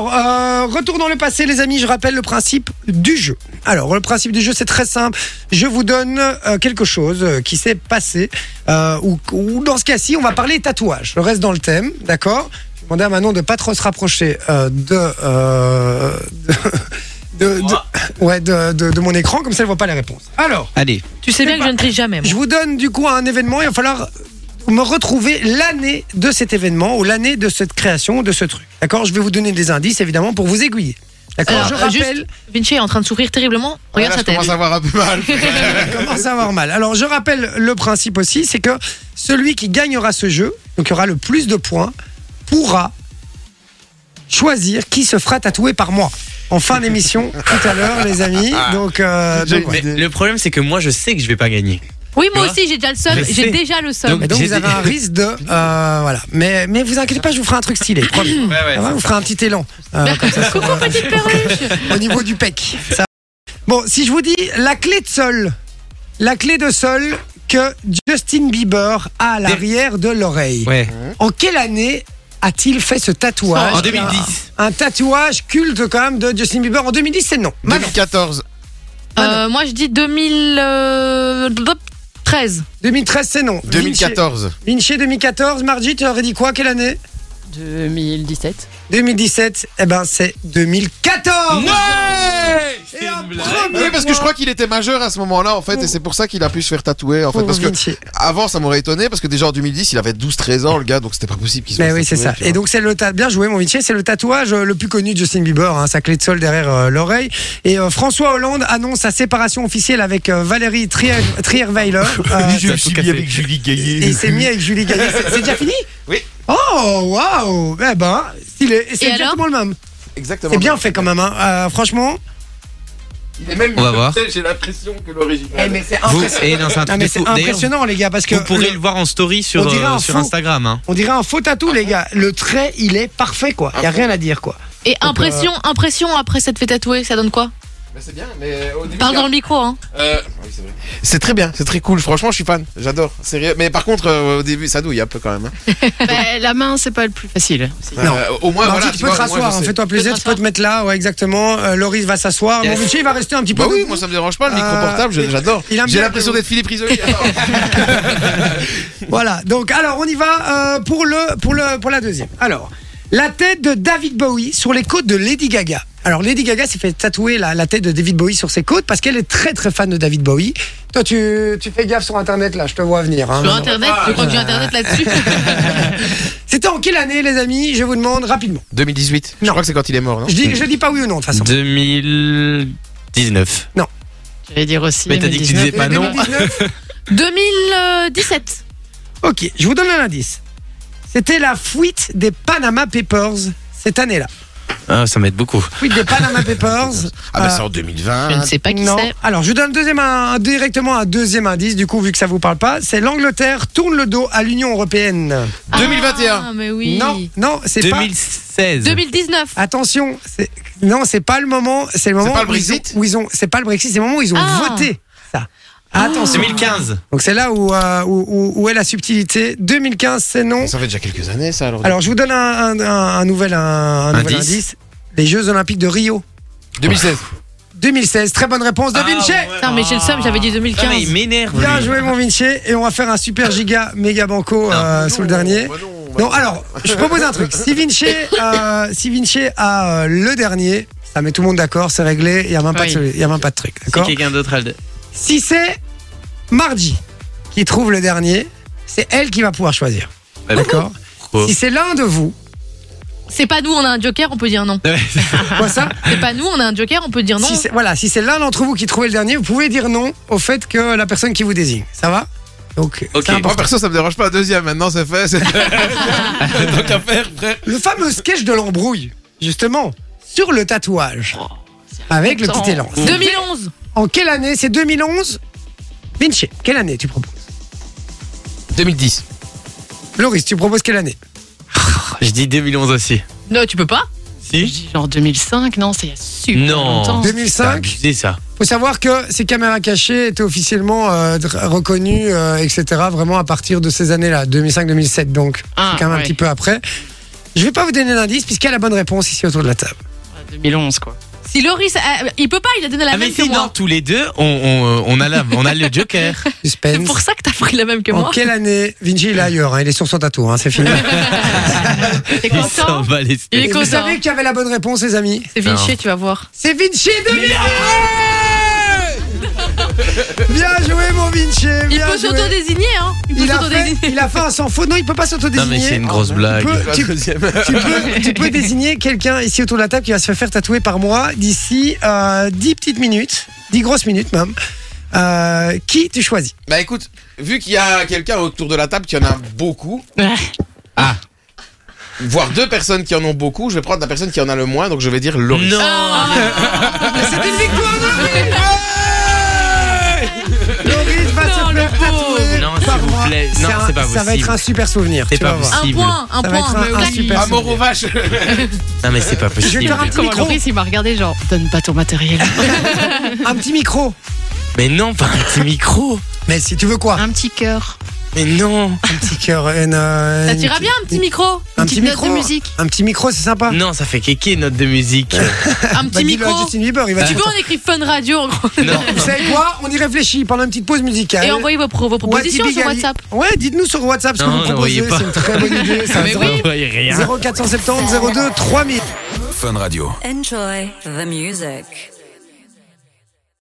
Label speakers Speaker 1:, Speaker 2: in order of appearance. Speaker 1: Alors, euh, retour dans le passé, les amis. Je rappelle le principe du jeu. Alors, le principe du jeu, c'est très simple. Je vous donne euh, quelque chose euh, qui s'est passé. euh, ou, ou dans ce cas-ci, on va parler tatouage. Je reste dans le thème, d'accord Je vais demander à Manon de pas trop se rapprocher euh, de, euh, de, de-
Speaker 2: Moi.
Speaker 1: de- ouais, de, de- de mon écran, comme ça, elle voit pas les réponses. Alors,
Speaker 3: Allez,
Speaker 4: Tu sais bien que je ne triche jamais. moi.
Speaker 1: je vous donne du coup un événement. Il va falloir me retrouver l'année de cet événement ou l'année de cette création, de ce truc. D'accord Je vais vous donner des indices, évidemment, pour vous aiguiller. D'accord
Speaker 4: Alors,
Speaker 1: Je
Speaker 4: euh,
Speaker 1: rappelle.
Speaker 4: juste, Vinci est en train de souffrir terriblement. Regarde
Speaker 2: Là,
Speaker 4: sa
Speaker 2: je
Speaker 4: tête.
Speaker 2: commence à avoir un peu mal.
Speaker 1: Elle commence à avoir mal. Alors, je rappelle le principe aussi, c'est que celui qui gagnera ce jeu, donc qui aura le plus de points, pourra choisir qui se fera tatouer par moi. En fin d'émission, tout à l'heure, les amis.
Speaker 3: Ah.
Speaker 1: Donc, euh, donc,
Speaker 2: J'ai une
Speaker 1: ouais.
Speaker 3: mais le problème c'est que moi je sais que je vais pas gagner.
Speaker 4: Oui,
Speaker 3: Tu
Speaker 4: moi
Speaker 3: vois
Speaker 4: aussi, j'ai déjà le seum.
Speaker 3: Je
Speaker 4: J'ai
Speaker 3: sais.
Speaker 4: déjà le seum.
Speaker 3: Donc,
Speaker 1: Et donc,
Speaker 3: j'ai
Speaker 1: vous
Speaker 3: des-
Speaker 1: avez un risque de. euh, voilà. Mais, mais vous inquiétez pas, je vous ferai un truc stylé. promis.
Speaker 3: Ouais, ouais,
Speaker 1: Ça va, vous ferez un petit élan euh, comme ça,
Speaker 4: Coucou, petite perruche.
Speaker 1: au niveau du pec. Ça va. Bon, si je vous dis la clé de sol, la clé de sol que Justin Bieber a à l'arrière de l'oreille.
Speaker 3: Ouais.
Speaker 1: En quelle année a-t-il fait ce tatouage
Speaker 3: En 2010.
Speaker 1: Un, un tatouage culte quand même de Justin Bieber. En 2010, c'est non. Manon,
Speaker 2: 2014.
Speaker 4: Euh, Moi, je dis euh, 2013.
Speaker 1: 2013, c'est non.
Speaker 2: 2014.
Speaker 1: Vinci, Vinci, 2014. Margie, tu aurais dit quoi Quelle année
Speaker 5: 2017.
Speaker 1: 2017. Eh ben, c'est 2014 Et un premier
Speaker 2: Oui, parce que je
Speaker 1: point
Speaker 2: crois qu'il était majeur à ce moment-là, en fait, et c'est pour ça qu'il a pu se faire tatouer, en fait.
Speaker 1: pour
Speaker 2: Parce que
Speaker 1: Oh. Vinci.
Speaker 2: avant, ça m'aurait étonné, parce que déjà en 2010, il avait 12-13 ans, le gars, donc c'était pas possible qu'il se
Speaker 1: Mais
Speaker 2: fasse
Speaker 1: Ben oui, c'est
Speaker 2: tatouer,
Speaker 1: ça.
Speaker 2: tu vois.
Speaker 1: Et donc, c'est le ta- bien joué, mon Vinci. C'est le tatouage euh, le plus connu de Justin Bieber, hein, sa clé de sol derrière euh, l'oreille. Et euh, François Hollande annonce sa séparation officielle avec euh, Valérie Trier- Trierweiler. Euh,
Speaker 3: je me suis mis avec
Speaker 2: Julie Gaillet.
Speaker 1: et il s'est mis avec Julie Gaillet. C'est- C'est déjà fini
Speaker 2: Oui.
Speaker 1: Oh, waouh Eh ben, stylé. Et c'est
Speaker 4: Et alors
Speaker 1: exactement le même.
Speaker 2: Exactement.
Speaker 1: C'est bien fait quand même, hein. Euh, franchement.
Speaker 2: Il est même
Speaker 3: On va voir.
Speaker 2: J'ai l'impression que l'original.
Speaker 1: c'est
Speaker 3: Vous, eh, non, c'est un
Speaker 1: Ah,
Speaker 3: truc
Speaker 1: mais
Speaker 3: de
Speaker 1: c'est
Speaker 3: fou. D'ailleurs,
Speaker 1: impressionnant, les gars, parce que
Speaker 3: vous pourrez
Speaker 1: le-
Speaker 3: le voir en story sur,
Speaker 1: On dirait
Speaker 3: euh,
Speaker 1: un
Speaker 3: sur
Speaker 1: fou.
Speaker 3: Instagram. Hein.
Speaker 1: on dirait un faux tatou, les gars. Le trait, il est parfait, quoi. Il a rien à dire, quoi.
Speaker 4: Et impression, impression après s'être fait tatouer, ça donne quoi
Speaker 2: Bah, C'est bien, mais au début.
Speaker 4: Parle dans le micro, hein.
Speaker 2: Euh, oui, c'est vrai. C'est très bien, c'est très cool. Franchement, je suis fan. J'adore. Sérieux. Mais par contre, euh, au début, ça douille un peu quand même. hein.
Speaker 5: Bah, la main, c'est pas le plus facile.
Speaker 1: Non.
Speaker 2: Euh, au moins,
Speaker 1: Mardi,
Speaker 2: voilà.
Speaker 1: tu peux te
Speaker 2: tu vois, au moins,
Speaker 1: rasseoir,
Speaker 2: je
Speaker 1: hein,
Speaker 2: sais.
Speaker 1: fais-toi plaisir,
Speaker 4: te
Speaker 1: tu peux te mettre là, ouais, exactement. Euh, Loris va s'asseoir.
Speaker 3: Yes.
Speaker 1: Mon Vinci, il va rester un petit peu.
Speaker 2: Bah oui,
Speaker 1: debout.
Speaker 2: moi ça me dérange pas, le micro
Speaker 1: Euh,
Speaker 2: portable, je- j'adore.
Speaker 1: il aime
Speaker 2: J'ai
Speaker 1: bien
Speaker 2: l'impression
Speaker 1: le-
Speaker 2: d'être Philippe Risoli.
Speaker 1: Voilà, donc alors on y va euh, pour, le, pour, le, pour la deuxième. Alors, la tête de David Bowie sur les côtes de Lady Gaga. Alors Lady Gaga s'est fait tatouer la, la tête de David Bowie sur ses côtes parce qu'elle est très très fan de David Bowie. Toi tu, tu fais gaffe sur Internet là, je te vois venir. hein.
Speaker 4: Sur internet, je crois que j'ai internet là-dessus.
Speaker 1: C'était en quelle année les amis Je vous demande rapidement.
Speaker 2: 2018. Je
Speaker 1: Non.
Speaker 2: crois que c'est quand il est mort, non
Speaker 1: Je dis, je dis pas oui ou non
Speaker 3: Ah,
Speaker 1: de toute façon.
Speaker 3: 2019.
Speaker 5: J'allais dire aussi.
Speaker 3: Mais t'as dit que tu
Speaker 5: 2019.
Speaker 3: disais pas non.
Speaker 1: 2019
Speaker 4: 2017.
Speaker 1: ok, je vous donne un indice. C'était la fuite des Panama Papers cette année-là.
Speaker 3: Ah, ça m'aide beaucoup.
Speaker 1: Fuite des Panama Papers.
Speaker 2: Ah, bah
Speaker 1: Euh,
Speaker 2: c'est en 2020.
Speaker 4: Je ne sais pas Bah, qui
Speaker 1: Non.
Speaker 4: c'est.
Speaker 1: Alors, je vous donne deuxième un- directement un deuxième indice, du coup, vu que ça vous parle pas. C'est l'Angleterre tourne le dos à l'Union Européenne.
Speaker 2: 2021.
Speaker 4: Ah, mais oui.
Speaker 1: Non, Ah. non, c'est pas.
Speaker 3: 2016.
Speaker 4: 2019.
Speaker 1: Attention, c'est- non, c'est pas le moment. C'est le moment
Speaker 2: pas le
Speaker 1: où ils ont-
Speaker 2: Brexit
Speaker 1: où ils ont. C'est pas le Brexit, c'est le moment où ils ont
Speaker 4: Ah.
Speaker 1: voté ça. Attention.
Speaker 2: Ah.
Speaker 3: 2015.
Speaker 1: Donc, c'est là où, euh, où, où- où est la subtilité. 2015, c'est non.
Speaker 2: Ça fait déjà quelques années, ça, alors.
Speaker 1: Alors, je vous donne un, un- un- un nouvel, un, un nouvel
Speaker 3: Indice.
Speaker 1: indice. Les Jeux Olympiques de Rio
Speaker 2: 2016.
Speaker 1: 2016. Très bonne réponse de Vinci.
Speaker 4: Putain, mais j'ai le seum, j'avais dit 2015.
Speaker 3: Ah, mais il m'énerve. lui.
Speaker 1: Bien joué mon Vinci et on va faire un super giga méga banco euh, sur le dernier. Non, ah, alors, je propose un truc. Si Vinci, euh, si Vinci a euh, le dernier, ça met tout le monde d'accord, c'est réglé, il n'y a, même pas de
Speaker 5: Oui.
Speaker 1: solu- il y a même pas de truc,
Speaker 3: Si
Speaker 1: d'accord
Speaker 3: quelqu'un d'autre a le.
Speaker 1: Si c'est Mardi qui trouve le dernier, c'est elle qui va pouvoir choisir,
Speaker 3: Ah,
Speaker 1: d'accord
Speaker 3: Pourquoi
Speaker 1: Si c'est l'un de vous,
Speaker 4: C'est pas nous, on a un joker, on peut dire non.
Speaker 1: quoi ça
Speaker 4: C'est pas nous, on a un joker, on peut dire non.
Speaker 1: si c'est- Voilà, si c'est l'un d'entre vous qui trouvez le dernier, vous pouvez dire non au fait que la personne qui vous désigne, ça va Donc,
Speaker 3: Ok.
Speaker 1: c'est important.
Speaker 2: Moi, Oh, perso, ça me dérange pas. la Deuxième, maintenant, c'est fait. c'est- Tant qu'à faire, frère.
Speaker 1: Le fameux sketch de l'embrouille, justement, sur le tatouage. Avec le
Speaker 5: longtemps.
Speaker 1: petit élan.
Speaker 4: 2011.
Speaker 1: En quelle année C'est 2011 Vinci, quelle année tu proposes
Speaker 2: 2010.
Speaker 1: Loris, tu proposes quelle année
Speaker 3: Je dis 2011 aussi.
Speaker 4: Non, tu peux pas.
Speaker 5: Je
Speaker 3: Si
Speaker 5: dis genre 2005, non, c'est il y a super
Speaker 3: Non.
Speaker 5: longtemps.
Speaker 3: Deux-
Speaker 1: 2005
Speaker 3: dis ça.
Speaker 1: faut savoir que ces caméras cachées étaient officiellement euh, dr- reconnues, euh, etc., vraiment à partir de ces années-là, 2005-2007, donc
Speaker 5: Ah,
Speaker 1: c'est quand même un
Speaker 5: ouais.
Speaker 1: petit peu après. Je vais pas vous donner d'indice puisqu'il y a la bonne réponse ici autour de la table.
Speaker 5: 2011, quoi.
Speaker 4: Si Loris. ah, il peut pas, il a donné la
Speaker 3: Ah, mais
Speaker 4: même que
Speaker 3: si, non,
Speaker 4: moi.
Speaker 3: tous les deux, on, on, euh, on a, la, on a le Joker.
Speaker 1: Suspense.
Speaker 4: C'est pour ça que t'as pris la même que
Speaker 1: en
Speaker 4: moi.
Speaker 1: quelle année Vinci il est ailleurs, hein, il est sur son tatou, hein, c'est fini.
Speaker 5: T'es
Speaker 3: Il s'en
Speaker 5: content
Speaker 3: va les
Speaker 4: Il est
Speaker 1: Et vous
Speaker 4: content.
Speaker 1: savez qui avait la bonne réponse, les amis
Speaker 4: C'est Vinci, tu vas voir.
Speaker 1: C'est Vinci de Mireille Bien joué, mon Vinci.
Speaker 4: Il
Speaker 1: bien
Speaker 4: peut
Speaker 1: joué.
Speaker 4: s'auto-désigner, hein. Il peut
Speaker 1: Il a, fait,
Speaker 4: s'auto-désigner.
Speaker 1: il a fait un sans faute. Non, il peut pas
Speaker 3: Non, mais c'est
Speaker 1: s'auto-désigner.
Speaker 3: une grosse blague.
Speaker 1: peut-
Speaker 2: La
Speaker 1: Ah, bah, tu-
Speaker 2: deuxième.
Speaker 1: tu, peux, tu peux désigner quelqu'un ici autour de la table qui va se faire tatouer par moi d'ici euh, 10 petites minutes, 10 grosses minutes même. Euh, qui tu choisis
Speaker 2: Bah écoute, vu qu'il y a quelqu'un autour de la table qui en a beaucoup, voire deux personnes qui en ont beaucoup, je vais prendre la personne qui en a le moins, donc je vais dire Loris.
Speaker 4: Ah,
Speaker 3: Non
Speaker 1: C'est une victoire de Loris va
Speaker 4: Non,
Speaker 1: se faire
Speaker 4: le pauvre.
Speaker 1: tatouer
Speaker 3: Non,
Speaker 1: par
Speaker 3: s'il vous
Speaker 1: moi.
Speaker 3: plaît. Non,
Speaker 1: un-
Speaker 3: c'est pas
Speaker 1: Ça va
Speaker 3: possible.
Speaker 1: être un super souvenir.
Speaker 3: C'est
Speaker 1: tu
Speaker 3: pas
Speaker 1: vas voir.
Speaker 4: Un
Speaker 3: possible.
Speaker 4: point, un
Speaker 1: Ça va
Speaker 4: point.
Speaker 1: être un-
Speaker 4: mais
Speaker 1: un
Speaker 4: oui.
Speaker 1: super-
Speaker 2: Ah, mort aux vaches
Speaker 3: Non, mais c'est pas
Speaker 1: Je vais
Speaker 3: possible.
Speaker 1: faire un petit
Speaker 5: Comment
Speaker 1: micro.
Speaker 5: Loris, il m'a regardé, genre, donne pas ton matériel.
Speaker 1: Un petit micro.
Speaker 3: Mais non, pas un petit micro.
Speaker 1: Mais si tu veux quoi
Speaker 5: Un petit cœur.
Speaker 3: Mais non.
Speaker 1: Un petit cœur. une, euh,
Speaker 4: Ça
Speaker 1: une
Speaker 4: t'ira
Speaker 1: petite-
Speaker 4: Bah, bien, un petit micro.
Speaker 1: Un
Speaker 4: Une
Speaker 1: petit
Speaker 4: petite note de
Speaker 1: micro.
Speaker 4: musique.
Speaker 1: Un petit micro, c'est sympa.
Speaker 3: Non, ça fait kéké notre de musique.
Speaker 4: Un
Speaker 1: Bah,
Speaker 4: petit
Speaker 1: dis-le Bah, à
Speaker 4: micro.
Speaker 1: Justin Bieber, il va
Speaker 4: Tu
Speaker 1: dire,
Speaker 4: veux, on écrit Fun Radio, en gros.
Speaker 3: Non.
Speaker 1: Vous savez quoi On y réfléchit pendant une petite pause musicale.
Speaker 4: Et envoyez vos, pro- vos propositions
Speaker 1: Wati
Speaker 4: sur
Speaker 1: Bigali-
Speaker 4: WhatsApp.
Speaker 1: Ouais, dites-nous sur WhatsApp ce que
Speaker 3: Non,
Speaker 1: vous proposez.
Speaker 3: n'envoyez pas.
Speaker 1: C'est une très bonne idée. ça.
Speaker 3: Ça envoie rien.
Speaker 1: 0470 02 3000.
Speaker 6: Enjoy the music.